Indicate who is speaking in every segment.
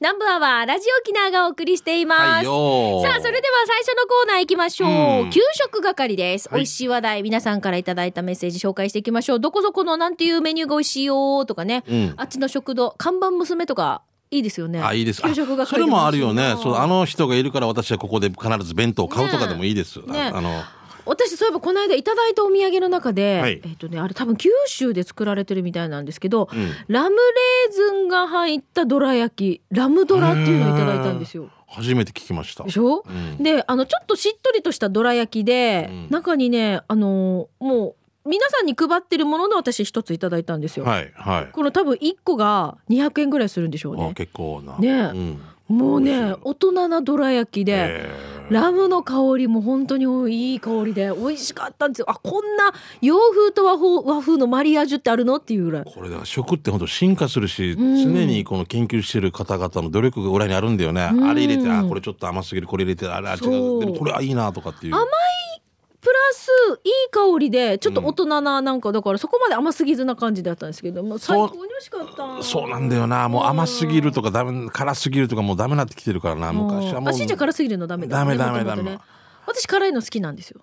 Speaker 1: 南部アワーラジオキナがお送りしていま
Speaker 2: はい
Speaker 1: す。
Speaker 2: よー
Speaker 1: さあ、それでは最初のコーナー行きましょう。
Speaker 2: うん
Speaker 1: 給食係です。
Speaker 2: は
Speaker 1: 美
Speaker 2: い
Speaker 1: 味しい話題、皆さんからいただいたメッセージ紹介していきましょう。どこそこのなんていうメニューが美味しいよとかね、
Speaker 2: うん
Speaker 1: あっちの食堂、看板娘とか、いいですよね。
Speaker 2: あ、いいです。あ
Speaker 1: 給食係
Speaker 2: それもあるよね。そう、あ
Speaker 1: の。
Speaker 2: の人がいるから私はここで必ず弁当を買うとかでもいいです。
Speaker 1: ね
Speaker 2: ああの、
Speaker 1: 私、そういえばこの間いただいたお土産の中で、
Speaker 2: はい
Speaker 1: えっ、とね、あれ多分九州で作られてるみたいなんですけど、
Speaker 2: うん
Speaker 1: ラムレーズンが入ったどら焼き、ラムドラっていうのをいただいたんですよ。
Speaker 2: 初めて聞きました
Speaker 1: で。しょ、
Speaker 2: うん
Speaker 1: であのちょっとしっとりとしたどら焼きで、
Speaker 2: うん
Speaker 1: 中にねあのもう皆さんに配ってるものの私一ついただいたんですよ、
Speaker 2: はい、はい。
Speaker 1: この多分1個が200円ぐらいするんでしょう
Speaker 2: あ
Speaker 1: ね
Speaker 2: 結構な。
Speaker 1: ね
Speaker 2: うん
Speaker 1: もう
Speaker 2: 美味しい
Speaker 1: ね
Speaker 2: よ
Speaker 1: 大人などら焼きで、
Speaker 2: えー
Speaker 1: ラムの香りも本当にいい香りで美味しかったんですよあこんな洋風と和風和風のマリアージュってあるのっていうぐらい
Speaker 2: これだから食って本当進化するし、
Speaker 1: うん
Speaker 2: 常にこの研究してる方々の努力が裏にあるんだよね、
Speaker 1: うん
Speaker 2: あれ入れてあこれちょっと甘すぎるこれ入れてあれあ違
Speaker 1: そう
Speaker 2: うでもこれはいいなとかっていう
Speaker 1: 甘プラスいい香りでちょっと大人ななんかだからそこまで甘すぎずな感じだったんですけどもう最
Speaker 2: そう
Speaker 1: 高に美味しかった
Speaker 2: そうなんだよなもう甘すぎるとかダメ辛すぎるとかもうダメなってきてるからな昔はも
Speaker 1: あ、
Speaker 2: う
Speaker 1: しんちゃん辛すぎるのダメだ。
Speaker 2: ダメダメ
Speaker 1: 元々ね
Speaker 2: ダメ
Speaker 1: 私辛いの好きなんですよ。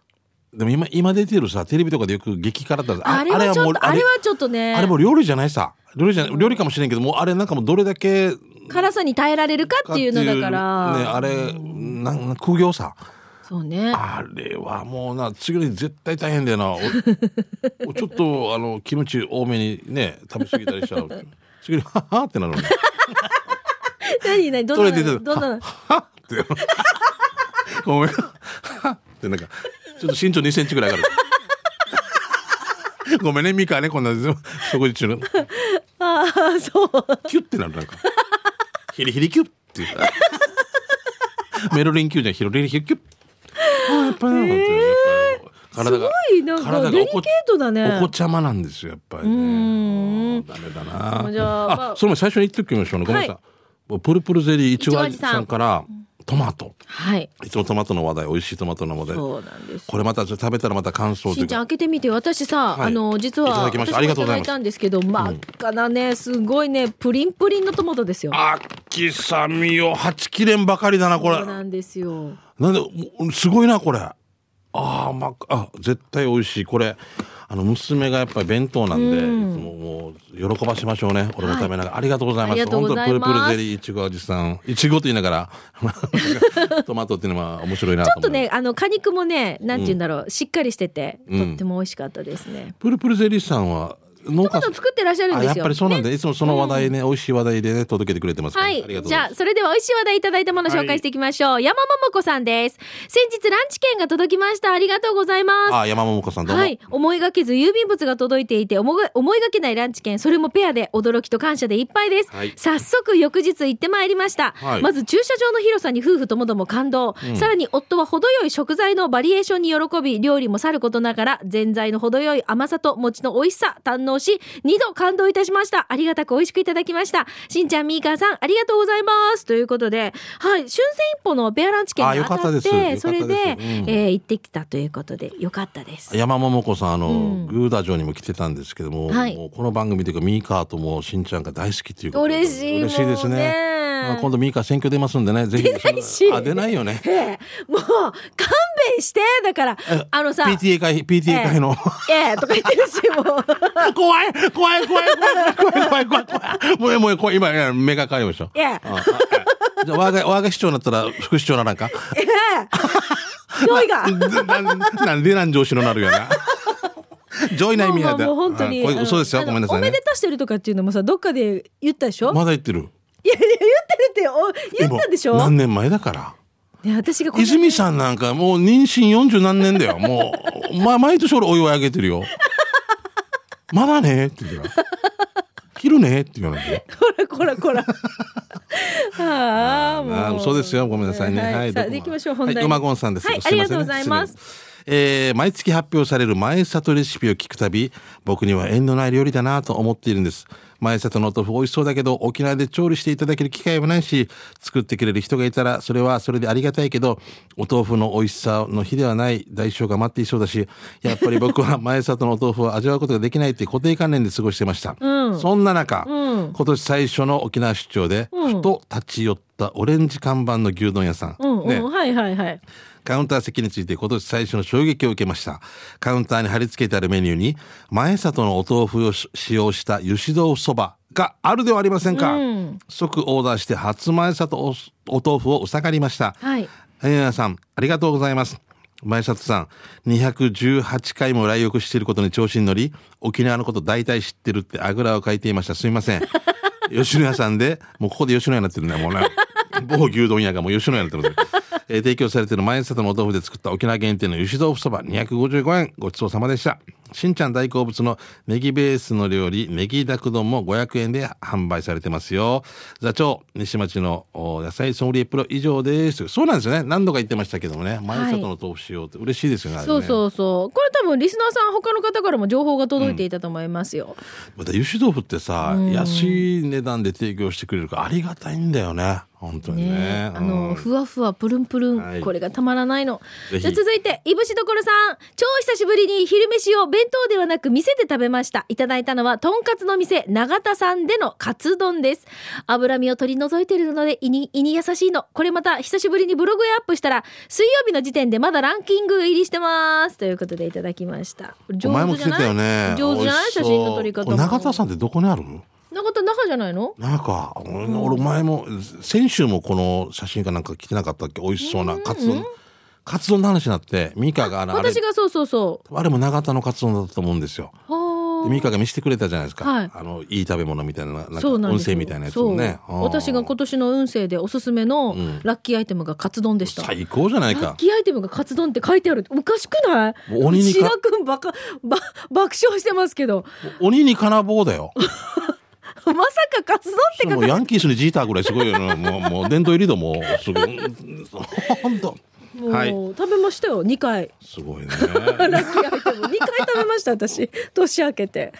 Speaker 2: でも今今出てるさテレビとかでよく激辛だ
Speaker 1: あれはちょっと、あれはちょっとね
Speaker 2: あ、れもう料理じゃないさ料理じゃない料理かもしれんけどもうあれなんかもうどれだけ
Speaker 1: 辛さに耐えられるかっていうのだから。
Speaker 2: ねあれなん苦行さ
Speaker 1: そうね。
Speaker 2: あれはもうな次の日絶対大変だよなおおちょっとあのキムチ多めにね食べ過ぎたりしたら次に「はっは」ってなるの
Speaker 1: 何何ど
Speaker 2: 取
Speaker 1: ん
Speaker 2: れて
Speaker 1: な
Speaker 2: て
Speaker 1: のどんなの
Speaker 2: はっってごめんはっってなんかちょっと身長2センチぐらい上がるごめんねミカねこんな食事中の
Speaker 1: ああ、そう。
Speaker 2: キュッてなるなんかヒリヒリキュッっていうかメロリン級じゃんヒロリリヒュッキュッあーやっぱりなんかやっぱり体が
Speaker 1: すごいなんか
Speaker 2: 体がおこ
Speaker 1: デリケートだね
Speaker 2: お子ちゃまなんですよやっぱりねダメだな
Speaker 1: じゃあまあ
Speaker 2: それも最初に言っておきましょうねごめんなさいプルプルゼリーいちご味
Speaker 1: いちご味さん
Speaker 2: さんからトマト
Speaker 1: はい。
Speaker 2: いつもトマトの話題美味しいトマトの話題
Speaker 1: そうなんです。
Speaker 2: これまたちょっと食べたらまた感想と
Speaker 1: し
Speaker 2: い
Speaker 1: ん
Speaker 2: う
Speaker 1: ちゃん
Speaker 2: か
Speaker 1: 開けてみて私さ、
Speaker 2: はい
Speaker 1: あの実はい
Speaker 2: ただきまし
Speaker 1: 私も
Speaker 2: たありがとうござい
Speaker 1: い
Speaker 2: ます
Speaker 1: ただいたんですけど真っ赤なねすごいねプリンプリンのトマトですよ
Speaker 2: あっきさみよ8切れんばかりだなこ
Speaker 1: そう
Speaker 2: れ
Speaker 1: なんですよ
Speaker 2: なんでもすごいなこれああまあ絶対美味しいこれあの娘がやっぱり弁当なんで、いつももう喜ばしましょうね俺も食べながら、ありがとうございま
Speaker 1: あり
Speaker 2: す
Speaker 1: がとうご
Speaker 2: 本当
Speaker 1: ざい
Speaker 2: プル
Speaker 1: ます
Speaker 2: プルゼリーいちご味さんいちごと言いながら トマトっていうのは面白い
Speaker 1: ち
Speaker 2: なと
Speaker 1: ょっ
Speaker 2: 思
Speaker 1: と
Speaker 2: います
Speaker 1: ねあの果肉もねなんて言うんだろう、しっかりしてて
Speaker 2: うん
Speaker 1: とっても美味しかったですね、
Speaker 2: プルプルゼリーさんは農
Speaker 1: トマ
Speaker 2: 家
Speaker 1: ト作ってらっしゃるん
Speaker 2: あ
Speaker 1: ですよ
Speaker 2: やっぱりそうなんで、いつもその話題ね、美味しい話題でね届けてくれてますから、
Speaker 1: は
Speaker 2: ありが
Speaker 1: い。
Speaker 2: とうご
Speaker 1: じ
Speaker 2: ざいま
Speaker 1: ゃ
Speaker 2: す
Speaker 1: あ、それでは美味しい話題いただいたもの紹介していきましょう。山桃子さんです。先日ランチ券が届きました。ありがとうございます。
Speaker 2: あ山桃子さんどうも、
Speaker 1: はい。思いがけず郵便物が届いていて、思いが思いがけないランチ券、それもペアで驚きと感謝でいっぱいです。
Speaker 2: はい
Speaker 1: 早速翌日行ってまいりました。
Speaker 2: はい
Speaker 1: まず駐車場の広さに夫婦ともども感動。さらに夫は程よい食材のバリエーションに喜び、料理もさることながら、ぜんざいの程よい甘さと餅の美味しさ堪能し、二度感動いたしました。ありがたく美味しくいただきました。しんちゃん、みーかーさん、ありがとうございます。ということで、はい。春戦一歩のペアランチ券
Speaker 2: あ
Speaker 1: が
Speaker 2: よ
Speaker 1: 当
Speaker 2: かった
Speaker 1: たっ
Speaker 2: です
Speaker 1: て、
Speaker 2: よかったです
Speaker 1: それで、
Speaker 2: うん
Speaker 1: えー行ってきたということで、よかったです。
Speaker 2: 山桃子さんあの、
Speaker 1: うん
Speaker 2: グーダ城にも来てたんですけども,、
Speaker 1: はい
Speaker 2: もうこの番組というかミーカーともしんちゃんが大好きということで
Speaker 1: 嬉しいもんね
Speaker 2: 嬉しいですねまあ今度ミーカー選挙出ますんでねぜひ出
Speaker 1: ないし
Speaker 2: あ出ないよね
Speaker 1: もう勘弁してだからあのさ
Speaker 2: PTA 会 PTA 会の、
Speaker 1: ええとか言ってるしも う
Speaker 2: 怖い怖い怖い怖い怖い怖い怖い怖いもうもう怖い今今目が変わりました
Speaker 1: ええ
Speaker 2: あああじゃあ我が我が市長になったら副市長ならんか
Speaker 1: ええどういが
Speaker 2: ななんでなん上司のなる よな上位ないみやで
Speaker 1: もう本当に
Speaker 2: あこれ嘘です
Speaker 1: あ
Speaker 2: よ
Speaker 1: の
Speaker 2: ごめんなさい
Speaker 1: おめ
Speaker 2: ね
Speaker 1: でたしてるとかっていうのもさどっかで言ったでしょ、
Speaker 2: まだ言ってる
Speaker 1: いやいや言ってるってお言ったでし
Speaker 2: 今
Speaker 1: ょ、
Speaker 2: 何
Speaker 1: ね、
Speaker 2: 年前だから
Speaker 1: 私がこの
Speaker 2: 泉さんなんかもう妊娠40何年 だよ。もう、ま、毎年俺お祝いあげてるよ。まだねって言ってた。切るねって言わないで。
Speaker 1: ほらこらこ らああも
Speaker 2: あ
Speaker 1: う
Speaker 2: そうですよ。ごめんなさいね。
Speaker 1: はい、さあ
Speaker 2: どこも
Speaker 1: でいきましょう本題
Speaker 2: はい、
Speaker 1: に
Speaker 2: 馬ゴンさんです。
Speaker 1: はい
Speaker 2: す
Speaker 1: あ
Speaker 2: い
Speaker 1: り
Speaker 2: ま
Speaker 1: が
Speaker 2: せ
Speaker 1: と
Speaker 2: ん
Speaker 1: う
Speaker 2: ね
Speaker 1: ございます
Speaker 2: 失礼えー毎月発表される前里レシピを聞くたび、僕には縁のない料理だなと思っているんです。前里のお豆腐美味しそうだけど、沖縄で調理していただける機会もないし、作ってくれる人がいたら、それはそれでありがたいけど、お豆腐の美味しさの日ではない代償が待っていそうだし、やっぱ り僕は前里のお豆腐を味わうことができないって固定観念で過ごしてました。そんな中、
Speaker 1: うん
Speaker 2: 今年最初の沖縄出張で、
Speaker 1: うん
Speaker 2: ふと立ち寄ったオレンジ看板の牛丼屋さん。
Speaker 1: うん、
Speaker 2: ね
Speaker 1: うん、はいはいはい。
Speaker 2: カウンター席について今年最初の衝撃を受けました。カウンターに貼り付けてあるメニューに、前里のお豆腐をし使用した油脂豆腐そばがあるではありませんか。
Speaker 1: うん
Speaker 2: 即オーダーして初前里おお豆腐をお下がりました。
Speaker 1: はい。
Speaker 2: えやさん、ありがとうございます。前里さん、218回も来浴していることに調子に乗り、沖縄のこと大体知ってるってあぐらをかいていました。すみま せん。吉野家さんで、もうここで吉野家になってるね、もうね。某牛丼屋がもう吉野家になってます。えー提供されている前里のお豆腐で作った沖縄限定の油脂豆腐そば255円、ごちそうさまでした。しんちゃん大好物のネギベースの料理、ネギダク丼も500円で販売されてますよ。座長、西町のお野菜ソムリエプロ以上です。そうなんですよね。何度か言ってましたけどもね。前里の豆腐しようって嬉しいですよね。あれね
Speaker 1: そうそうそう。これ多分リスナーさん他の方からも情報が届いていたと思いますよ。
Speaker 2: また油脂豆腐ってさ、安い値段で提供してくれるからありがたいんだよね。本当にね。
Speaker 1: ね、あの、
Speaker 2: うん
Speaker 1: ふわふわプルンプルン、
Speaker 2: はい
Speaker 1: これがたまらないの
Speaker 2: ぜひ
Speaker 1: じゃあ続いていぶしどころさん超久しぶりに昼飯を弁当ではなく店で食べましたいただいたのはとんかつの店永田さんでのカツ丼です脂身を取り除いているので胃に胃に優しいのこれまた久しぶりにブログへアップしたら水曜日の時点でまだランキング入りしてますということでいただきました
Speaker 2: お前も
Speaker 1: 上手じ
Speaker 2: 来
Speaker 1: ゃ
Speaker 2: て
Speaker 1: ない
Speaker 2: たよね。
Speaker 1: 上手じゃない
Speaker 2: 美
Speaker 1: 写
Speaker 2: 味しそう
Speaker 1: 真の撮り方
Speaker 2: これ
Speaker 1: も
Speaker 2: 永田さんってどこにあるの
Speaker 1: 永田那覇じゃないの
Speaker 2: なんか、俺俺前も、先週もこの写真かなんか来てなかったっけ美味しそうなカツ丼。カツ丼の話になって、ミカがあのあれ
Speaker 1: 私、がそうそうそう
Speaker 2: あれも永田のカツ丼だったと思うんですよ。
Speaker 1: は
Speaker 2: で
Speaker 1: あ
Speaker 2: ミカが見せてくれたじゃないですか。
Speaker 1: はい
Speaker 2: あの、いい食べ物みたいな、なんか、
Speaker 1: そうなん
Speaker 2: 音
Speaker 1: ですよ
Speaker 2: 声みたいなやつもね。
Speaker 1: そう
Speaker 2: あー
Speaker 1: 私が今年の運勢でおすすめの
Speaker 2: ん
Speaker 1: ラッキーアイテムがカツ丼でした、ラ
Speaker 2: 最高じゃない
Speaker 1: ッ
Speaker 2: か。
Speaker 1: キーアイテムがカツ丼って書いてあるおかしくない
Speaker 2: もう鬼に
Speaker 1: 内
Speaker 2: か
Speaker 1: 田君バカば爆笑してますけど
Speaker 2: 鬼に金棒だよ。
Speaker 1: まさかカツ丼って書
Speaker 2: も
Speaker 1: か
Speaker 2: うヤンキースにジーターぐらいすごいよね。もう、もう、殿堂入り度も、すごい。 ほんと。
Speaker 1: もう、
Speaker 2: はい
Speaker 1: 食べましたよ2回
Speaker 2: すごいね。
Speaker 1: ラッキーアイテム2回食べました 私年明けて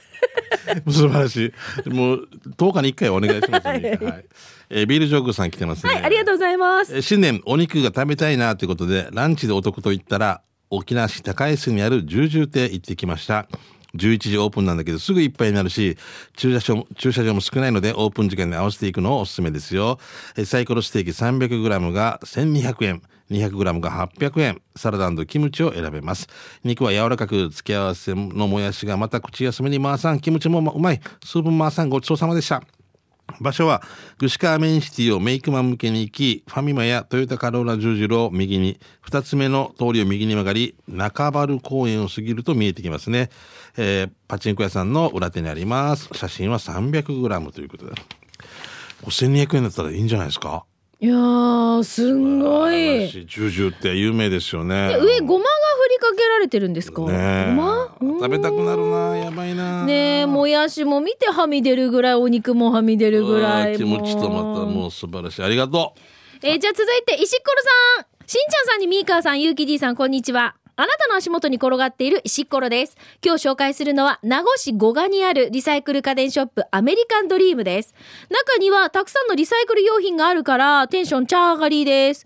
Speaker 2: 素晴らしい。もう、10日に1回お願いします、ね。はい。えービールジョークさん来てますね。
Speaker 1: はいありがとうございます
Speaker 2: えー新年、お肉が食べたいなということで、ランチでお得と言ったら、沖縄市高安にある十々亭行ってきました。11時オープンなんだけど、すぐいっぱいになるし、駐車場も、駐車場も少ないので、オープン時間に合わせていくのをおすすめですよ。えーサイコロステーキ 300g が1200円。200g が800円。サラダキムチを選べます。肉は柔らかく、付け合わせのもやしがまた口休めに回さん。キムチもうまい。スープも回さん。ごちそうさまでした。場所は、具志川メインシティをメイクマン向けに行き、ファミマやトヨタカローラ十字路を右に、二つ目の通りを右に曲がり、中原公園を過ぎると見えてきますね。えーパチンコ屋さんの裏手にあります。写真は 300g ということで。5200円だったらいいんじゃないですか
Speaker 1: いやーすんごい
Speaker 2: 私十々って有名ですよね。
Speaker 1: え上ごまが振りかけられてるんですか、
Speaker 2: ねえ
Speaker 1: ごまうん
Speaker 2: 食べたくなるなやばいな
Speaker 1: ねえもやしも見てはみ出るぐらいお肉もはみ出るぐらい
Speaker 2: 気持ちとまた
Speaker 1: う
Speaker 2: もう素晴らしい。ありがとう
Speaker 1: えーじゃあ続いて石ころさんしんちゃんさんにみーかーさんゆうき D さんこんにちはあなたの足元に転がっている石ころです今日紹介するのは名護市五賀にあるリサイクル家電ショップアメリカンドリームです中にはたくさんのリサイクル用品があるからテンションチャーがりです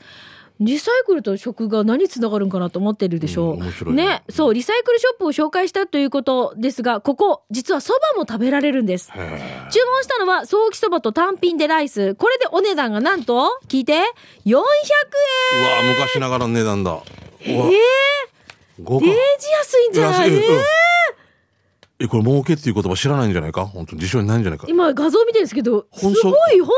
Speaker 1: リサイクルと食が何つながるんかなと思ってるでしょう、
Speaker 2: うん面白いね
Speaker 1: ねそうリサイクルショップを紹介したということですがここ実はそばも食べられるんです注文したのは早期そばと単品でライスこれでお値段がなんと聞いて400円
Speaker 2: うわー昔ながらの値段だ。え
Speaker 1: え
Speaker 2: 五
Speaker 1: ー、デージ安いんじゃない、
Speaker 2: いやそう
Speaker 1: えー
Speaker 2: うんえ、これ儲けっていう言葉知らないんじゃないか本当に辞書にないんじゃないか
Speaker 1: 今画像見てるんですけどすご
Speaker 2: 本
Speaker 1: い
Speaker 2: 草
Speaker 1: 本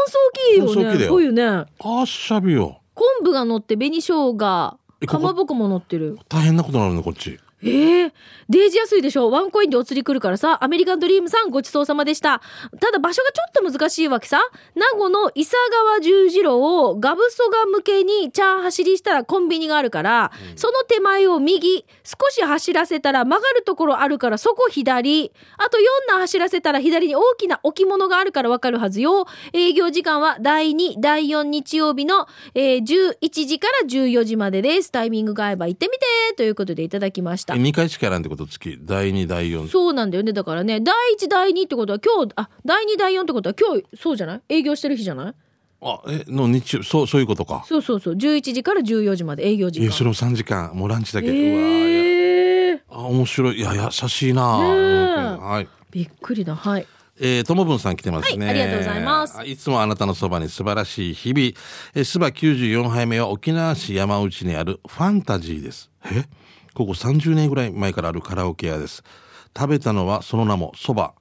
Speaker 1: 草器よ
Speaker 2: 本
Speaker 1: ね
Speaker 2: 草器だよ
Speaker 1: すごいよね
Speaker 2: あっしゃびよ。
Speaker 1: 昆布が乗って紅生姜
Speaker 2: えこ
Speaker 1: か
Speaker 2: こ
Speaker 1: まぼこも乗ってる
Speaker 2: 大変なことになるね、こっち。
Speaker 1: えええデージ安いでしょワンコインでお釣り来るからさ、アメリカンドリームさんごちそうさまでした。ただ場所がちょっと難しいわけさ。名護の伊佐川十字路をガブソガ向けにチャー走りしたらコンビニがあるから、その手前を右、少し走らせたら曲がるところあるからそこ左、あと4段走らせたら左に大きな置物があるからわかるはずよ。営業時間は第2、第4日曜日の、えー11時から14時までです。タイミングが合えば行ってみてということでいただきました
Speaker 2: え。二回しかやらんってこと月第二第四
Speaker 1: そうなんだよね。だからね、第1、第2ってことは今日、あ、第2、第4ってことは今日、そうじゃない営業してる日じゃない
Speaker 2: あえの日中そうそういうことか
Speaker 1: そうそうそう。11時から14時まで営業時
Speaker 2: え
Speaker 1: 間。
Speaker 2: それも三時間もうランチだけ、うわ
Speaker 1: え
Speaker 2: ーいや
Speaker 1: ー、
Speaker 2: あ面白いいや優しいな、
Speaker 1: ねえ
Speaker 2: うんはい
Speaker 1: びっくりだ。はい。
Speaker 2: えー、ともぶんさん来てますね、
Speaker 1: はいありがとうございます
Speaker 2: あいつもあなたのそばに素晴らしい日々。えー、スバ94杯目は沖縄市山内にあるファンタジーです。えここ30年ぐらい前からあるカラオケ屋です。食べたのはその名もそば。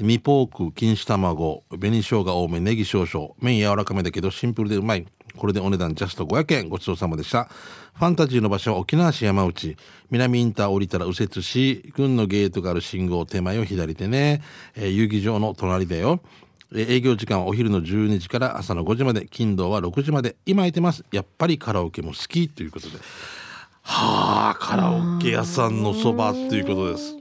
Speaker 2: ミポーク、錦糸卵、紅生姜多め、ネギ少々。麺柔らかめだけどシンプルでうまい。これでお値段ジャスト500円。ごちそうさまでした。ファンタジーの場所は沖縄市山内。南インター降りたら右折し、軍のゲートがある信号手前を左手ね。えー遊技場の隣だよ。えー営業時間はお昼の12時から朝の5時まで。金土は6時まで。今空いてます。やっぱりカラオケも好きということで。はあ、カラオケ屋さんのそばっていうことです。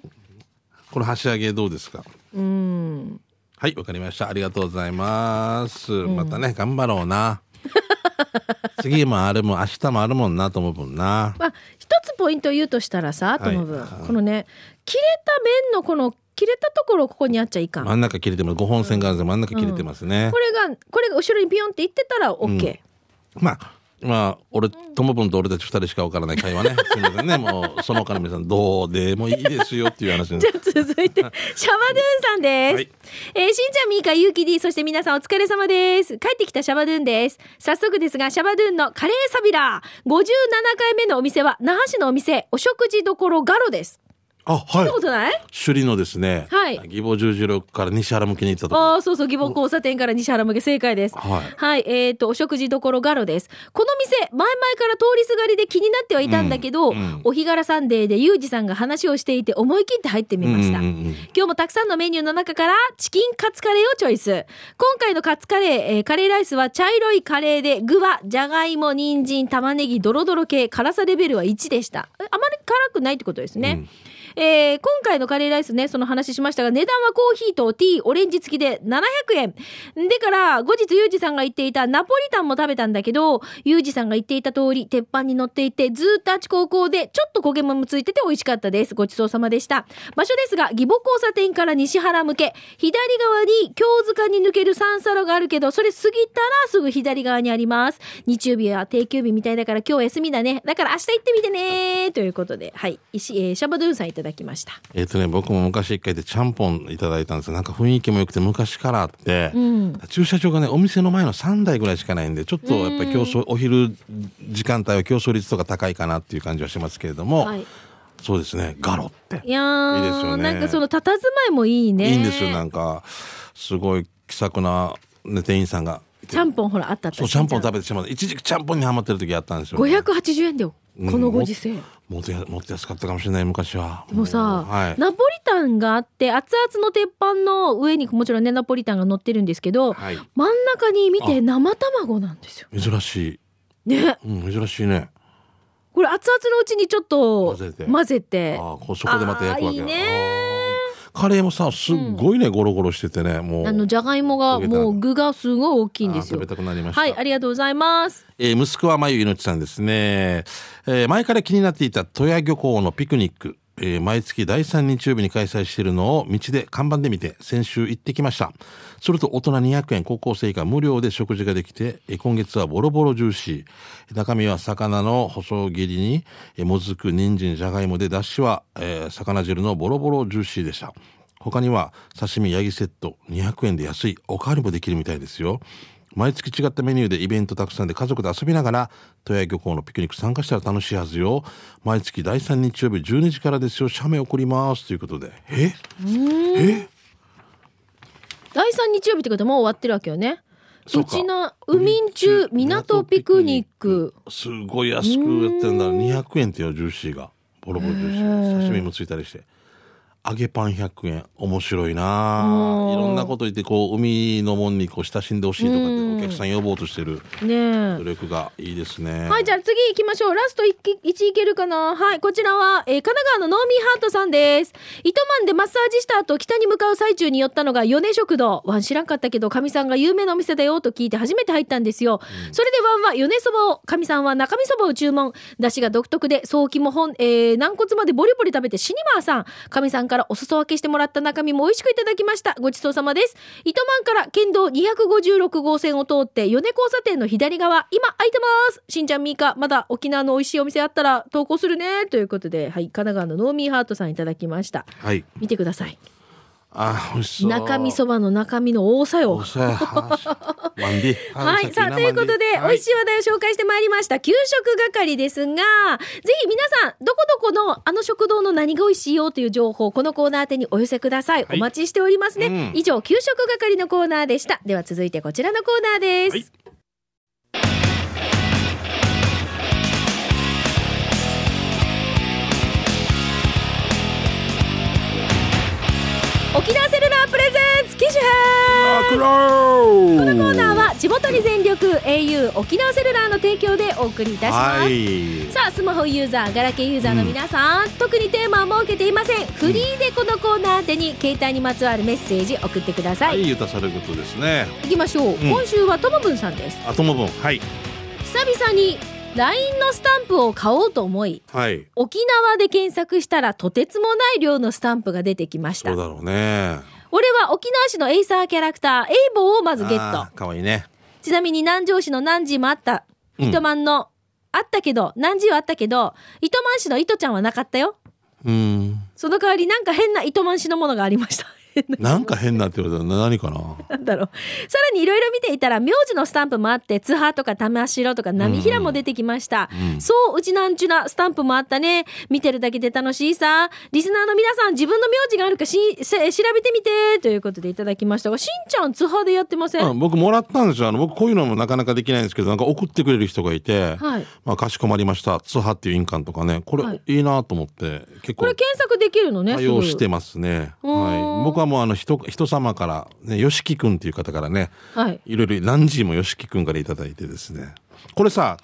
Speaker 2: この箸上げどうですか
Speaker 1: うん。
Speaker 2: はい、わかりました。ありがとうございます。またね、頑張ろうな。 次もあるもん、明日もあるもんな、と思うもんな。
Speaker 1: まあ、一つポイントを言うとしたらさ、ともぶん
Speaker 2: はい
Speaker 1: このね、切れた面のこの、切れたところをここにあっちゃいかん。
Speaker 2: 真ん中切れてます。5本線があるんですよ真ん中切れてますね
Speaker 1: こ。れが、これが後ろにピヨンっていってたら OK。
Speaker 2: まあ、まあ、俺、ともぶんと俺たち2人しかわからない会話ね。すみませんね。もう、その他の皆さん、どうでもいいですよっていう話です
Speaker 1: じゃあ 続いてシャバドゥンさんです、
Speaker 2: はい
Speaker 1: えーしんちゃんみーかゆうき D そして皆さんお疲れ様です帰ってきたシャバドゥンです早速ですがシャバドゥンのカレーサビラー57回目のお店は那覇市のお店お食事どころガロです
Speaker 2: あ、はい
Speaker 1: 見た。ことない
Speaker 2: 首里のですね、
Speaker 1: はい
Speaker 2: 義母十字路から西原向きに行ったとこ
Speaker 1: ああそうそう義母交差点から西原向け正解です
Speaker 2: はい
Speaker 1: えっ、とお食事どころガロですこの店前々から通りすがりで気になってはいたんだけど、
Speaker 2: うんうん
Speaker 1: お日柄サンデーでユージさんが話をしていて思い切って入ってみました、
Speaker 2: うんうんうん
Speaker 1: 今日もたくさんのメニューの中からチキンカツカレーをチョイス。今回のカツカレー、えーカレーライスは茶色いカレーで具はじゃがいも、人参、玉ねぎ、ドロドロ系、辛さレベルは1でした。えあまり辛くないってことですね。えー今回のカレーライスね、その話しましたが、値段はコーヒーとティー、オレンジ付きで700円。でから、後日ユージさんが言っていたナポリタンも食べたんだけど、ユージさんが言っていた通り、鉄板に乗っていて、ずーっとあちこちこで、ちょっと焦げ目もついてて美味しかったです。ごちそうさまでした。場所ですが、義母交差点から西原向け、左側に京塚に抜ける三差路があるけど、それ過ぎたらすぐ左側にあります。日曜日は定休日みたいだから今日休みだね。だから明日行ってみてねということで、はい。石、えーシャバドゥンさんいただきました。
Speaker 2: えっ、とね、僕も昔一回でちゃんぽんいただいたんですよなんか雰囲気も良くて昔からあって、駐車場がね、お店の前の3台ぐらいしかないんで、ちょっとやっぱり競争、お昼時間帯は競争率とか高いかなっていう感じはしますけれども、
Speaker 1: はい。
Speaker 2: そうですね、ガロって。
Speaker 1: いやー
Speaker 2: いいですよね
Speaker 1: なんかその佇まいもいいね。
Speaker 2: いいんですよ、なんか、すごい気さくな、ね、店員さんが。
Speaker 1: ちゃんぽんほらあったあった
Speaker 2: そう、ちゃんぽん食べてしまう。一時期ちゃんぽんにハマってる時あったんですよ、ね。
Speaker 1: 580円だよ。
Speaker 2: うん
Speaker 1: このご時世。
Speaker 2: もっとやもっと安かったかもしれない昔は
Speaker 1: もうさ、
Speaker 2: はい、
Speaker 1: ナポリタンがあって熱々の鉄板の上にもちろんねナポリタンが乗ってるんですけど、
Speaker 2: はい
Speaker 1: 真ん中に見て
Speaker 2: あ
Speaker 1: 生卵なんですよ。
Speaker 2: 珍し
Speaker 1: ね
Speaker 2: い、うん、珍しいね
Speaker 1: これ熱々のうちにちょっと
Speaker 2: 混ぜて
Speaker 1: 混ぜて
Speaker 2: ああこうそこでまた焼くわけ
Speaker 1: あーいいね
Speaker 2: あーカレーもさすっごいね、ゴロゴロしててねもう
Speaker 1: あのじゃがいもが
Speaker 2: 焦げたの
Speaker 1: もう具がすごい大きいんです
Speaker 2: あー食
Speaker 1: よ
Speaker 2: べ。たくなりました、
Speaker 1: はいありがとうございます。
Speaker 2: えー息子はまゆいのちさんですね、えー前から気になっていた戸谷漁港のピクニック、えー毎月第3日曜日に開催しているのを道で看板で見て先週行ってきましたそれと大人200円高校生以下無料で食事ができて、えー今月はボロボロジューシー中身は魚の細切りに、えーもずく人参じゃがいもでだしは、えー魚汁のボロボロジューシーでした他には刺身ヤギセット200円で安いおかわりもできるみたいですよ毎月違ったメニューでイベントたくさんで家族で遊びながら富谷漁港のピクニック参加したら楽しいはずよ毎月第3日曜日12時からですよ写メ送りますということでえ
Speaker 1: 第三日曜日ってことはもう終わってるわけよね。
Speaker 2: そう
Speaker 1: う
Speaker 2: か
Speaker 1: ちな海民中港ピクニック。
Speaker 2: すごい安くやってるんだ200円ってよジューシーがボロボロジューシー刺身もついたりして揚げパン100円面白いなあ
Speaker 1: おー
Speaker 2: いろんなこと言ってこう海のもんにこう親しんでほしいとかって
Speaker 1: うん
Speaker 2: お客さん呼ぼうとしてる
Speaker 1: ね
Speaker 2: 努力がいいですね
Speaker 1: はい、じゃあ次行きましょう。ラストいき1いけるかなはい、こちらは、えー神奈川のノーミーハートさんです。糸満でマッサージした後、北に向かう最中に寄ったのが米食堂。ワン知らんかったけど、かみさんが有名なお店だよと聞いて初めて入ったんですよ。それでワンは米そばを、かみさんは中身そばを注文。だしが独特で、早期も本、えー軟骨までボリボリ食べてシニマーさん。かみさんからお裾分けしてもらった中身も美味しくいただきました。ごちそうさまです。糸満から県道256号線を通って、米交差点の左側、今空いてます。しんちゃんみーか、まだ沖縄の美味しいお店あったら投稿するね。ということで、はい、神奈川のノーミーハートさんいただきました。
Speaker 2: はい
Speaker 1: 見てください。
Speaker 2: あー美味しそう
Speaker 1: 中身そばの中身の多さよ。
Speaker 2: お さあワンディ
Speaker 1: はい、さあ、ということで、美味しい話題を紹介してまいりました。給食係ですが、ぜひ皆さん、どこどこのあの食堂の何が美味しいよという情報、このコーナー宛てにお寄せください。
Speaker 2: はい
Speaker 1: お待ちしておりますね。
Speaker 2: うん
Speaker 1: 以上、給食係のコーナーでした。では続いてこちらのコーナーです。
Speaker 2: はい
Speaker 1: 沖縄セルラープレゼンツ機種編
Speaker 2: あクロ
Speaker 1: このコーナーは地元に全力 au 沖縄セルラーの提供でお送りいたします、
Speaker 2: はい
Speaker 1: さあスマホユーザーガラケーユーザーの皆さん、特にテーマは設けていませんフリーでこのコーナー宛てに携帯にまつわるメッセージ送ってくださ、
Speaker 2: はいい、ゆたされることですね。
Speaker 1: 行きましょう、今週はともぶんさんです
Speaker 2: あともぶん、はい、
Speaker 1: 久々に LINE のスタンプを買おうと思い
Speaker 2: はい、
Speaker 1: 沖縄で検索したらとてつもない量のスタンプが出てきまし
Speaker 2: そ
Speaker 1: た
Speaker 2: うだろうね。
Speaker 1: 俺は沖縄市のエイサーキャラクターエイボーをまずゲット
Speaker 2: あー。可愛いね。
Speaker 1: ちなみに南城市の南寺もあった。
Speaker 2: うん
Speaker 1: 糸満の、あったけど、南寺はあったけど、糸満市の糸ちゃんはなかったよ。
Speaker 2: うん、
Speaker 1: その代わりなんか変な糸満市のものがありました。 変な
Speaker 2: なんか変なって言われたら、何かな。
Speaker 1: なんだろう。さらにいろいろ見ていたら、名字のスタンプもあって、津波とか玉城とか波平も出てきました。
Speaker 2: うん
Speaker 1: そう、うちなんちゅなスタンプもあったね。見てるだけで楽しいさ。リスナーの皆さん、自分の名字があるかしせ調べてみて。ということでいただきましたが、しんちゃん津波でやってません。
Speaker 2: うん、僕もらったんですよ。あの、僕こういうのもなかなかできないんですけど、なんか送ってくれる人がいて。
Speaker 1: はい。
Speaker 2: まあ、かしこまりました。ツハっていう印鑑とかね、これ、
Speaker 1: はい
Speaker 2: い、いなと思って、結
Speaker 1: こ
Speaker 2: 構
Speaker 1: れ。検索できるのね。
Speaker 2: 対応
Speaker 1: すぐ
Speaker 2: してますね。
Speaker 1: うーん
Speaker 2: はい、僕はもうあの人、人様から、ね、よしきくんっていう方からね。
Speaker 1: はい。
Speaker 2: いろいろランジーもよしきくんからいただいてですねこれさ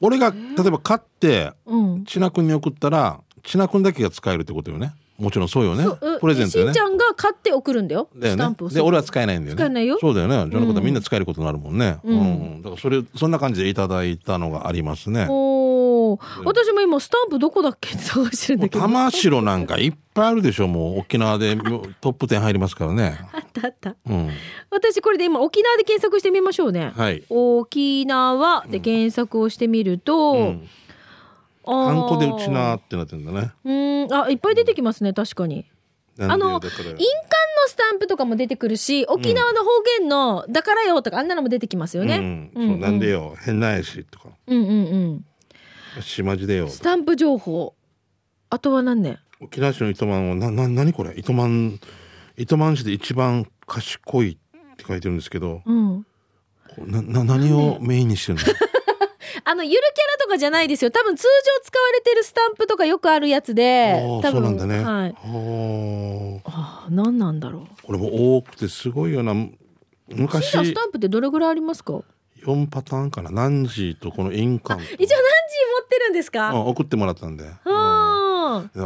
Speaker 2: 俺が例えば買って
Speaker 1: うん。
Speaker 2: 千奈君に送ったら千奈君だけが使えるってことよねもちろんそうよね
Speaker 1: そう
Speaker 2: プレゼントよ
Speaker 1: しん
Speaker 2: ね
Speaker 1: ちゃんが買って送るんだよ。
Speaker 2: だよ
Speaker 1: スタンプを
Speaker 2: ねで俺は使えないんだよね
Speaker 1: 使えないよ
Speaker 2: そうだよねじゃなことはみんな使えることになるもんね
Speaker 1: うん
Speaker 2: うんだからそれそんな感じでいただいたのがありますね
Speaker 1: おお、私も今スタンプどこだっけって探してるん
Speaker 2: もう
Speaker 1: だけど。あ
Speaker 2: 玉城なんかいっぱいあるでしょもう沖縄でもうトップ10入りますからね
Speaker 1: ったあった。
Speaker 2: うん
Speaker 1: 私これで今沖縄で検索してみましょうね。
Speaker 2: はい
Speaker 1: 沖縄で検索をしてみると、
Speaker 2: うん
Speaker 1: あ
Speaker 2: ハ
Speaker 1: ー
Speaker 2: ンコでうちなーってなってんだね
Speaker 1: うんあいっぱい出てきますね確かに
Speaker 2: なんでよ
Speaker 1: あの
Speaker 2: だから
Speaker 1: 印鑑のスタンプとかも出てくるし沖縄の方言の「だからよ」とかあんなのも出てきますよね、
Speaker 2: うん、そうなんでよ変なやしとか
Speaker 1: うんうんうん
Speaker 2: 島地でよ
Speaker 1: スタンプ情報あとは何ね
Speaker 2: 沖縄市の糸満はなな何これ糸満糸満市で一番賢いって書いてるんですけど
Speaker 1: うん
Speaker 2: なな何をメインにしてるの
Speaker 1: あの、ゆるキャラとかじゃないですよ。多分通常使われてるスタンプとかよくあるやつで。
Speaker 2: ああ
Speaker 1: 多
Speaker 2: そう
Speaker 1: 分
Speaker 2: なんだね、
Speaker 1: はい。
Speaker 2: はあ
Speaker 1: ああ、何なんだろ
Speaker 2: これも多くてすごいよな
Speaker 1: う。シーラス
Speaker 2: 昔
Speaker 1: タンプってどれぐらいありますか一応
Speaker 2: 4パターンかなナンジーとこの印鑑
Speaker 1: 何時持ってるんです
Speaker 2: う
Speaker 1: か
Speaker 2: ん送ってもらったんで、
Speaker 1: うん。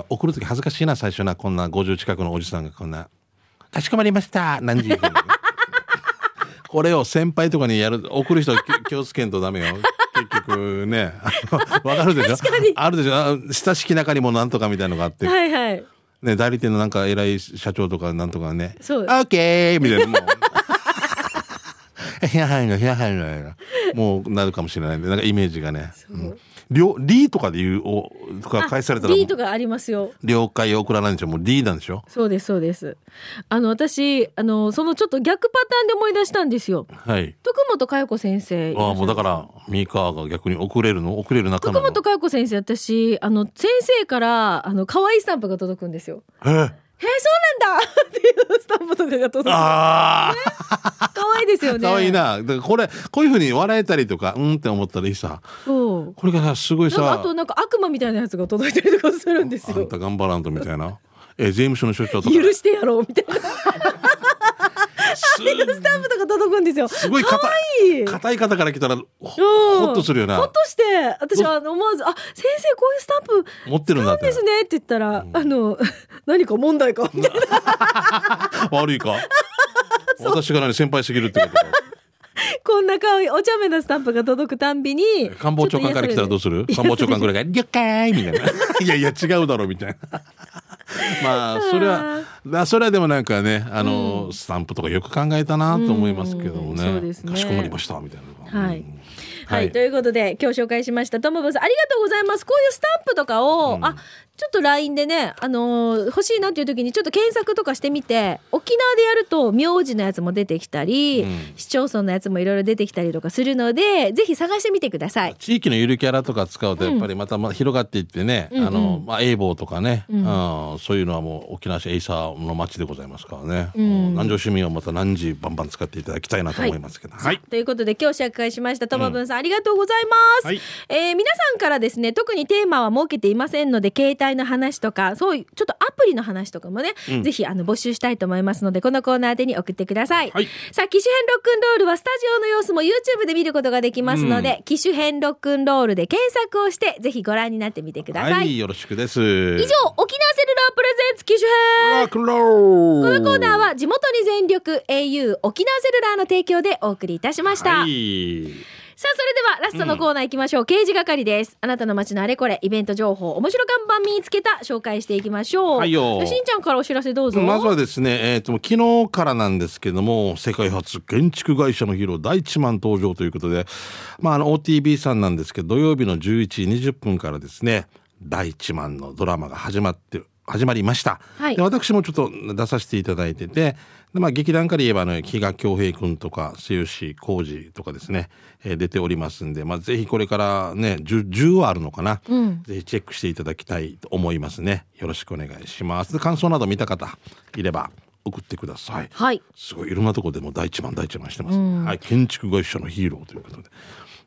Speaker 2: 送る時恥ずかしいな最初なこんな50近くのおじさんがこんな「かしこまりました何時」 これを先輩とかにやる送る人き 気をつけんとダメよ結局ねわかるでしょあるでしょあ親しき中にもなんとかみたいのがあって、
Speaker 1: はいはい。
Speaker 2: ね、代理店のなんか偉い社長とかなんとかね「
Speaker 1: そう
Speaker 2: オッケー!」みたいな もういやはいのいやはいのいやもうなるかもしれないんでなんかイメージがね「うんりょリー」とかで言うおとか返されたらもう
Speaker 1: D とかありますよ。
Speaker 2: 了解を送らないんでしょもうリーダーでしょ
Speaker 1: そうです、そうです。あの、私、あの、そのちょっと逆パターンで思い出したんですよ。
Speaker 2: はい
Speaker 1: 徳本佳代子先生。
Speaker 2: ああもうだからミカが逆に遅れるの遅れる仲間
Speaker 1: 徳
Speaker 2: の
Speaker 1: 本佳代子先生、私、あの、先生から、あの、可愛いスタンプが届くんですよ。
Speaker 2: え
Speaker 1: へえそうなんだ っていうスタンプとかが届く
Speaker 2: あ
Speaker 1: 可愛いですよ
Speaker 2: あ、
Speaker 1: ね
Speaker 2: かわいいな。だからこれ、こういうふうに笑えたりとか、うんって思ったらいいさ。
Speaker 1: そう
Speaker 2: これがさ、すごい
Speaker 1: なんかあ
Speaker 2: さ、
Speaker 1: となんか悪魔みたいなやつが届いたりとかするんです
Speaker 2: あ
Speaker 1: よ
Speaker 2: んた頑張らんとみたいな。え、税務署の署長と
Speaker 1: 許
Speaker 2: か。
Speaker 1: してやろうみたいな
Speaker 2: す
Speaker 1: スタンプとか届くんですよ
Speaker 2: すごい硬
Speaker 1: い
Speaker 2: い、硬い方から来たら、ほ
Speaker 1: うん
Speaker 2: ほっとするよ
Speaker 1: ほ
Speaker 2: な
Speaker 1: っ。として私は思わず「あ先生こういうスタンプ
Speaker 2: 持ってるんだっ
Speaker 1: で
Speaker 2: て
Speaker 1: す。ね」って言ったら「あの 何か問題か」みたいな
Speaker 2: 悪 いか。私が何先輩すぎるってことか。
Speaker 1: こんな可愛いお茶目なスタンプが届くたんびに
Speaker 2: 官房長官から来たらどうする官房長官ぐらいが「了解!」みたい な「いやいや違うだろ」みたいな まあそれはだそれはでもなんかねあの、スタンプとかよく考えたなと思いますけどもね,、
Speaker 1: うんそうですね
Speaker 2: かしこまりましたみたいな、
Speaker 1: はい
Speaker 2: うん
Speaker 1: は、
Speaker 2: はいい
Speaker 1: ということで今日紹介しましたともぼさんありがとうございますこういうスタンプとかを、あちょっと LINE でね、あのー欲しいなっていう時にちょっと検索とかしてみて沖縄でやると名字のやつも出てきたり、
Speaker 2: うん
Speaker 1: 市町村のやつもいろいろ出てきたりとかするのでぜひ探してみてください。
Speaker 2: 地域のゆるキャラとか使うとやっぱりまたまあ広がっていってね、あのまあエイボーとかね、うんそういうのはもう沖縄市エイサーの町でございますからね、南城市民はまた何時バンバン使っていただきたいなと思いますけど、はい
Speaker 1: ということで今日紹介しましたともぶんさん、ありがとうございます、
Speaker 2: はい
Speaker 1: えー皆さんからですね特にテーマは設けていませんので携帯の話とかそういうちょっとアプリの話とかもね、ぜひあの募集したいと思いますのでこのコーナー宛てに送ってください、
Speaker 2: はい
Speaker 1: さあ機種編ロックンロールはスタジオの様子も YouTube で見ることができますので、機種編ロックンロールで検索をしてぜひご覧になってみてください、
Speaker 2: はい、よろしくです以
Speaker 1: 以上沖縄セルラープレゼンツ機種編
Speaker 2: ロックンロー
Speaker 1: こ
Speaker 2: ル
Speaker 1: のコーナーは地元に全力 au 沖縄セルラーの提供でお送りいたしました、
Speaker 2: はい。
Speaker 1: さあ、それではラストのコーナー行きましょう。刑事係です。あなたの街のあれこれ、イベント情報、面白看板見つけた、紹介していきましょう。
Speaker 2: はいよ
Speaker 1: しんちゃんからお知らせどうぞ。
Speaker 2: まずはですね、えっ、と、昨日からなんですけども、世界初建築会社のヒーロー第一マン登場ということで、まあ、あの、OTB さんなんですけど、土曜日の11時20分からですね、第一マンのドラマが始まってる、始まりました。
Speaker 1: はい
Speaker 2: で私もちょっと出させていただいてて、でまあ、劇団から言えば、ね、比嘉恭平君とか、末吉浩二とかですね、えー出ておりますんで、まあ、ぜひこれからね、10, 10はあるのかな、ぜひチェックしていただきたいと思いますね。よろしくお願いします。で感想など見た方いれば送ってください。
Speaker 1: はい。
Speaker 2: すごいいろんなとこでも第一番第一番してます、はい、建築会社のヒーローということで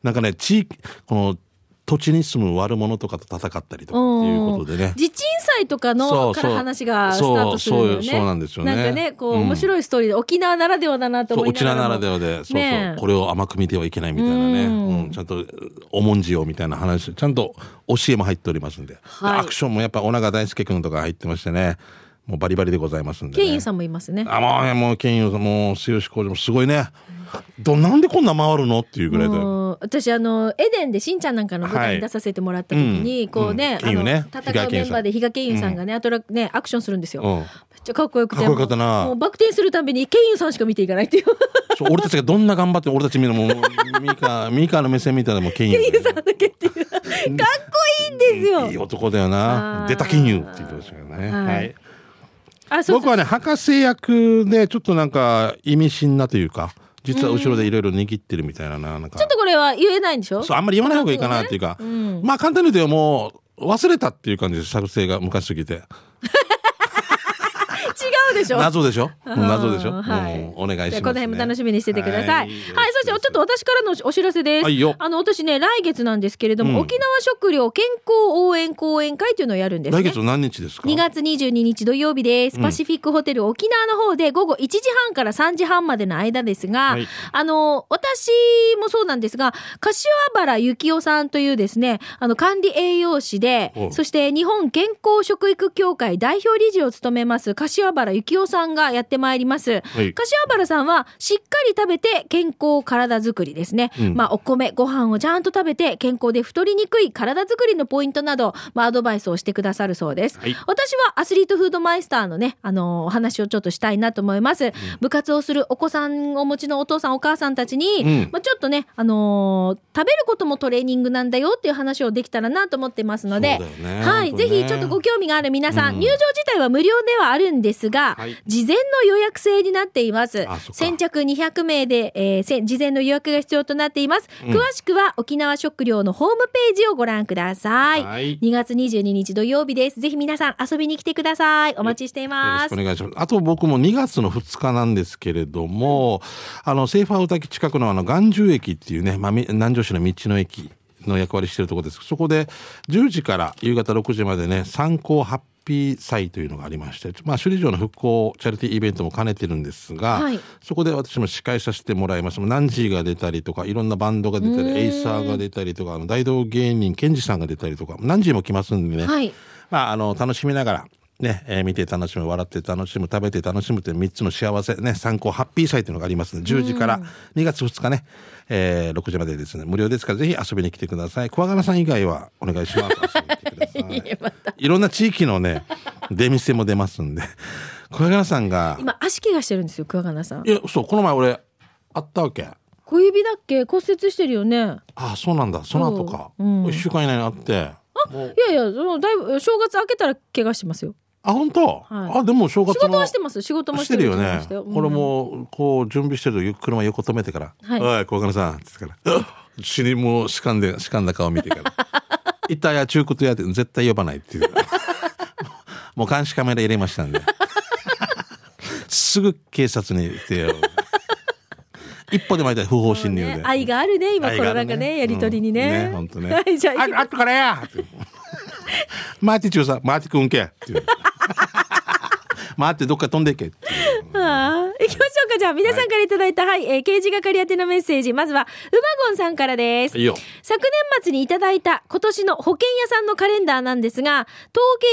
Speaker 2: なんかね地域この土地に住む悪者とかと戦ったりとかっていうことでね
Speaker 1: 地鎮祭とかの
Speaker 2: そうそう
Speaker 1: から話がスタートするのよね。
Speaker 2: そうそうそうなんですよね
Speaker 1: なんかね、こう、
Speaker 2: うん
Speaker 1: 面白いストーリーで、沖縄ならではだなと
Speaker 2: そう
Speaker 1: 思い
Speaker 2: 沖
Speaker 1: なが
Speaker 2: 縄
Speaker 1: らも。
Speaker 2: ならではでそうそう、
Speaker 1: ねえ
Speaker 2: これを甘く見てはいけないみたいなね、うんちゃんと重んじようみたいな話ちゃんと教えも入っておりますんで,で、
Speaker 1: はい
Speaker 2: アクションもやっぱ小永大輔君とか入ってましてねもうバリバリでございますんで、ね、
Speaker 1: ケインさんもいますね。
Speaker 2: あもうねもうケインさんもう剛浩二もすごいねどなんでこんな回るのっていうぐらいで。
Speaker 1: もう私あのエデンでしんちゃんなんかの舞台に出させてもらった時に、
Speaker 2: はいうん
Speaker 1: こうね,、
Speaker 2: うん金
Speaker 1: あ
Speaker 2: 融ね
Speaker 1: の戦うメンバーで比嘉健優さんがね、アトラねアクションするんですよ、
Speaker 2: うん
Speaker 1: めっちゃかっこよくて
Speaker 2: かっこよかったな
Speaker 1: もうバク転するたびに健優さんしか見ていかないっていう
Speaker 2: そう俺たちがどんな頑張っても俺たち見るのもうミ カミカの目線みたいなのもケイン
Speaker 1: 健 優さんだけっていうかっこいいんですよ、
Speaker 2: いい男だよ
Speaker 1: あ
Speaker 2: な
Speaker 1: ー
Speaker 2: 出た金融って言ってましたけどね、
Speaker 1: はい
Speaker 2: はい
Speaker 1: あそう
Speaker 2: 僕
Speaker 1: そう
Speaker 2: はね博士役でちょっとなんか意味深なというか実は後ろでいろいろ握ってるみたいなななんか
Speaker 1: ちょっとこれは言えないんでしょ
Speaker 2: そうあんまり言わない方がいいかなっていうか、まあ簡単に言うともう忘れたっていう感じです作成が昔すぎて
Speaker 1: 違うでしょ
Speaker 2: 謎でしょもう謎でしょ、
Speaker 1: うんはい
Speaker 2: うんお願い
Speaker 1: じゃ
Speaker 2: します、ね、
Speaker 1: あこの辺も楽しみにしててください。はい、
Speaker 2: よろしく
Speaker 1: そしてちょっと私からのお知らせです。
Speaker 2: はいよ
Speaker 1: あの私ね、来月なんですけれども、
Speaker 2: うん
Speaker 1: 沖縄食料健康応援講演会というのをやるんですね。
Speaker 2: 来月の何日ですか
Speaker 1: 2月22日土曜日です。パシフィックホテル沖縄の方で午後1時半から3時半までの間ですが、
Speaker 2: はい
Speaker 1: あの、私もそうなんですが、柏原幸雄さんというですね、あの、管理栄養士で
Speaker 2: お、う
Speaker 1: そして日本健康食育協会代表理事を務めます柏原幸雄さんがやってまいります。
Speaker 2: は
Speaker 1: 柏
Speaker 2: い
Speaker 1: 原さんはしっかり食べて健康体づくりですね、
Speaker 2: うん
Speaker 1: まあお米ご飯をちゃんと食べて健康で太りにくい体づくりのポイントなど、まあ、アドバイスをしてくださるそうです、
Speaker 2: はい
Speaker 1: 私はアスリートフードマイスターのねあのーお話をちょっとしたいなと思います、部活をするお子さんをお持ちのお父さんお母さんたちに、
Speaker 2: うん
Speaker 1: まあ、ちょっとねあのー食べることもトレーニングなんだよっていう話をできたらなと思ってますので
Speaker 2: そうだよね
Speaker 1: はい、
Speaker 2: 本当
Speaker 1: ぜ
Speaker 2: ね
Speaker 1: ひちょっとご興味がある皆さん、入場自体は無料ではあるんですが、が
Speaker 2: はい、
Speaker 1: 事前の予約制になっています
Speaker 2: あそっ。か
Speaker 1: 先着200名で、えーせ事前の予約が必要となっています。
Speaker 2: うん
Speaker 1: 詳しくは沖縄食料のホームページをご覧ください。
Speaker 2: はい
Speaker 1: 2月22日土曜日です。ぜひ皆さん遊びに来てください。お待ちしてい
Speaker 2: よろ
Speaker 1: ま
Speaker 2: し
Speaker 1: す
Speaker 2: くお。願いします。あと僕も2月の2日なんですけれども、あの、セーファーウタキ近くのあの、岩中駅っていうね、まあ、み南城市の道の駅の役割してるところです。そこで10時から夕方6時までね、参考ハッピー祭というのがありまして、まあ、首里城の復興チャリティーイベントも兼ねてるんですが、
Speaker 1: はい
Speaker 2: そこで私も司会させてもらいます。ナンジーが出たりとか、いろんなバンドが出たり、エイサーが出たりとか、あの大道芸人、ケンジさんが出たりとか、ナンジーも来ますんでね、
Speaker 1: はい。
Speaker 2: まあ、あの、楽しみながら、ね、えー見て楽しむ、笑って楽しむ、食べて楽しむという3つの幸せ、ね、参考ハッピー祭というのがありますので、10時から2月2日ね、えー6時までですね、無料ですから、ぜひ遊びに来てください。小ガナさん以外はお願いし ます。遊びに来てくださいいろんな地域のね、出店も出ますんで、小ガナさんが、
Speaker 1: 今、足怪我してるんですよ、桑原さん
Speaker 2: い。や、そう、この前俺、あったわけ。
Speaker 1: 小指だっけ骨折してるよね。
Speaker 2: ああ、そうなんだ。その後か。
Speaker 1: そううん
Speaker 2: 1週間以内にあって。もう
Speaker 1: いやいや、そのだいぶ、正月明けたら怪我してますよ。
Speaker 2: あ、本当、
Speaker 1: はい
Speaker 2: あ、でも正月
Speaker 1: 仕
Speaker 2: の
Speaker 1: 事はしてます。仕事も
Speaker 2: し
Speaker 1: してて
Speaker 2: る
Speaker 1: る
Speaker 2: よね。俺。も、こう、準備してると、車横止めてから、
Speaker 1: はい
Speaker 2: おい、小金さん、つってから、 うっ死にもう、しかんで、しかんだ顔見 てから、いったや、中古とやって、絶対呼ばないっていう。 もう監視カメラ入れましたんで。 すぐ警察に言ってよ。一歩でもいたら不法侵入
Speaker 1: ね
Speaker 2: で。
Speaker 1: 愛があるね、今、
Speaker 2: 愛
Speaker 1: コ
Speaker 2: があ
Speaker 1: ロ
Speaker 2: る
Speaker 1: ナ禍ね、やりとりに
Speaker 2: うん
Speaker 1: ね。
Speaker 2: ね、本当 ね。
Speaker 1: はい、じゃあ、
Speaker 2: あ、あとからやってマーティ中さん、マーティ君けっていう。 マーティどっか飛んでいけっていう。
Speaker 1: あー行きましょうか。じゃあ、皆さんからいただいた、はい、えー、刑事係宛てのメッセージ。まずは、うまごんさんからです。
Speaker 2: いいよ。
Speaker 1: 昨年末にいただいた今年の保険屋さんのカレンダーなんですが、統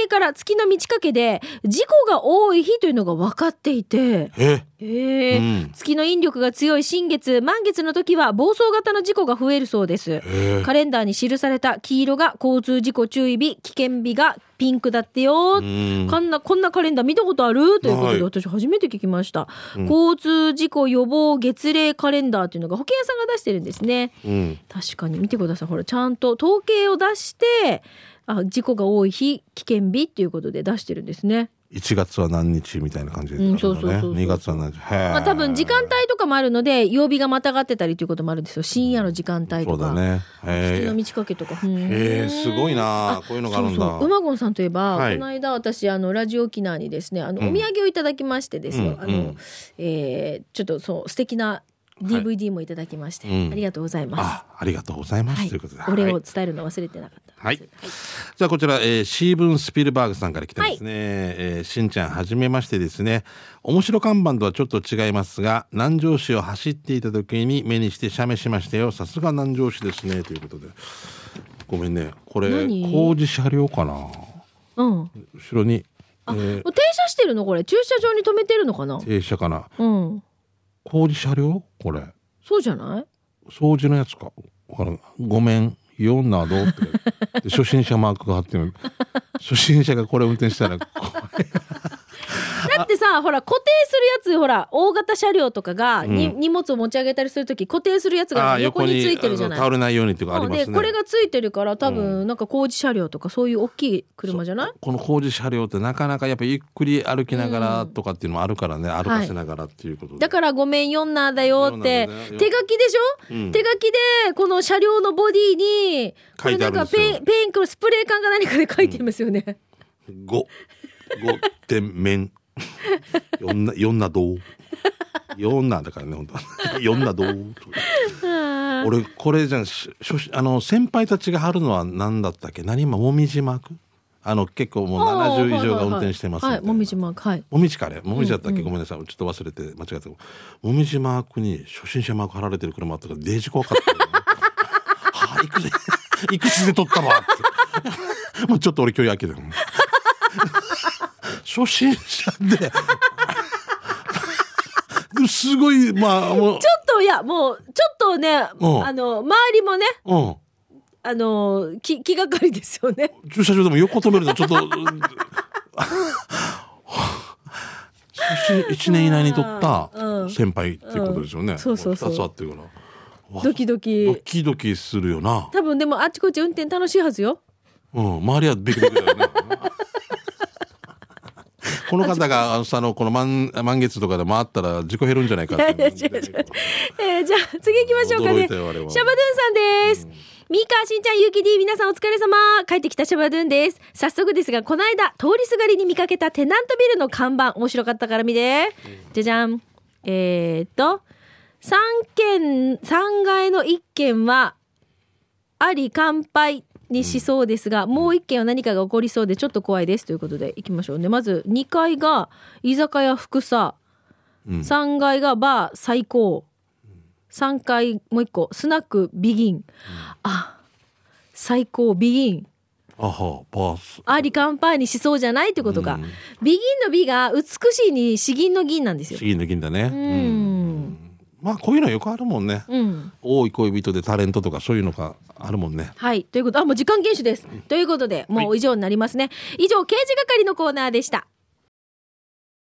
Speaker 1: 計から月の満ち欠けで、事故が多い日というのが分かっていて、
Speaker 2: え
Speaker 1: へえ、
Speaker 2: うん
Speaker 1: 月の引力が強い新月、満月の時は暴走型の事故が増えるそうです。
Speaker 2: え
Speaker 1: カレンダーに記された黄色が交通事故注意日、危険日がピンクだってよ。
Speaker 2: うん
Speaker 1: こんな、こんなカレンダー見たことあるということで、
Speaker 2: は
Speaker 1: 私初めて聞きました。交通事故予防月例カレンダーというのが保険屋さんが出してるんですね。
Speaker 2: うん。
Speaker 1: 確かに見てください。ほら、ちゃんと統計を出して、あ事故が多い日、危険日っていうことで出してるんですね。
Speaker 2: 1月は何日みたいな感じで、
Speaker 1: うんそうそうそうそう
Speaker 2: 2月は何日。
Speaker 1: ま
Speaker 2: ま
Speaker 1: あ多分時間帯とかもあるので、曜日がまたがってたりということもあるんですよ。深夜の時間帯
Speaker 2: そ
Speaker 1: と
Speaker 2: うだ
Speaker 1: か。
Speaker 2: ね。
Speaker 1: 月
Speaker 2: へ
Speaker 1: の
Speaker 2: え。
Speaker 1: 満ち欠けとか。うん
Speaker 2: へえ、すごいな。こういうのがあるん
Speaker 1: そうそうう
Speaker 2: だ。
Speaker 1: まごんさんといえば、
Speaker 2: はい
Speaker 1: この間私あのラジオ沖縄にですねあの、
Speaker 2: うん
Speaker 1: お土産をいただきましてですよ、
Speaker 2: うん
Speaker 1: あ
Speaker 2: う
Speaker 1: の
Speaker 2: ん
Speaker 1: えーちょっとそう素敵な DVD もいただきまして、
Speaker 2: うん
Speaker 1: ありがとうございます。
Speaker 2: あ、ありがとうございます。
Speaker 1: はい
Speaker 2: ということで。、
Speaker 1: お
Speaker 2: は
Speaker 1: 礼
Speaker 2: い
Speaker 1: を伝えるの忘れてなかった。
Speaker 2: はい。じゃあこちら、えーシーブン・スピルバーグさんから来てますね。えーしんちゃん、はじめましてですね。面白看板とはちょっと違いますが、南城市を走っていた時に目にして写メしましたよ。さすが南城市ですね。ということで。ごめんね。これ、
Speaker 1: 何
Speaker 2: 工事車両かな
Speaker 1: うん。も
Speaker 2: 後ろに、え
Speaker 1: う
Speaker 2: ー
Speaker 1: 停車してるのこれ駐車場に止めてるのかな。
Speaker 2: 停車かな
Speaker 1: うん。
Speaker 2: 工事車両これ。
Speaker 1: そうじゃない？
Speaker 2: 掃除のやつか。わからんごめん、4などって。で初心者マークが貼ってる。初心者がこれ運転したら怖い。
Speaker 1: だってさほら固定するやつほら大型車両とかがに、
Speaker 2: うん
Speaker 1: 荷物を持ち上げたりするとき固定するやつが
Speaker 2: ー
Speaker 1: 横についてるじゃない
Speaker 2: あの。倒れないようにっていうかありますね。
Speaker 1: でこれがついてるから多分なんか工事車両とかそういう大きい車じゃない
Speaker 2: この工事車両ってなかなかやっぱゆっくり歩きながらとかっていうのもあるからね、歩かせながらっていうことで。
Speaker 1: だからごめんヨンナーだよって
Speaker 2: ヨンナーだよ
Speaker 1: 手書きでしょ、
Speaker 2: うん
Speaker 1: 手書きでこの車両のボディにこ
Speaker 2: 書
Speaker 1: れ
Speaker 2: いて
Speaker 1: な
Speaker 2: あ
Speaker 1: ん
Speaker 2: るん
Speaker 1: か
Speaker 2: ですよ
Speaker 1: ペンペンクのスプレー缶が何かで書いてますよね、
Speaker 2: 五五点面四な四などう四なだからね本当四などう俺これじゃんし初心あの先輩たちが貼るのは何だったっけ何今もみじマークあの結構もう
Speaker 1: あー
Speaker 2: 70以上が運転してますみ
Speaker 1: はいは
Speaker 2: た
Speaker 1: いい
Speaker 2: な
Speaker 1: もみじマークはい
Speaker 2: もみじかあれもみじだったっけ、ごめんなさいちょっと忘れて間違ったもみじマークに初心者マーク貼られてる車あったからデージ怖か ったよ、ね、はあいくつでいくつで撮った わってもうちょっと俺今日やけど初心者 ででもすごいまあもう
Speaker 1: ちょっといやもうちょっとねあ
Speaker 2: うん
Speaker 1: の周りもね
Speaker 2: うん
Speaker 1: あのき気がかりですよね
Speaker 2: 駐車場でも横止めるのち ょっとうんそして1年以内に取った
Speaker 1: うん
Speaker 2: 先輩っていうことですよね、
Speaker 1: うんそうそうそう
Speaker 2: 2つあってるからわ
Speaker 1: ドキドキ
Speaker 2: ドキドキするよな、
Speaker 1: 多分でもあちこち運転楽しいはずよ
Speaker 2: うん、周りはビクビクだよね この方があのさあのこの満満月とかで回ったら事故減るんじゃないかっ
Speaker 1: いや
Speaker 2: て
Speaker 1: い や違う違うえーじゃあ次行きましょうか
Speaker 2: 驚
Speaker 1: ね
Speaker 2: いたよ我々
Speaker 1: シャバドゥンさんです、ミーカーしんちゃんゆうき D 皆さんお疲れ様帰ってきたシャバドゥンです早速ですがこの間通りすがりに見かけたテナントビルの看板面白かったから見てじゃじゃんえー、っと3軒3階の1軒はあり乾杯にしそうですが、もう一件は何かが起こりそうでちょっと怖いですということでいきましょうねまず2階が居酒屋福さ、3階がバー最高3階もう一個スナックビギン、あ最高ビギン
Speaker 2: あはバース
Speaker 1: あり乾杯にしそうじゃないってことか、ビギンの美が美しいに詩吟の銀なんですよ
Speaker 2: 資金抜きんだね、
Speaker 1: う
Speaker 2: うん
Speaker 1: ん
Speaker 2: まあこういうのよくあるもんね、
Speaker 1: うん
Speaker 2: 多い恋人でタレントとかそういうのがあるもんね
Speaker 1: はい。ということ、あ、もう時間厳守です。ということで、もう以上になりますね。以上、刑事係のコーナーでした。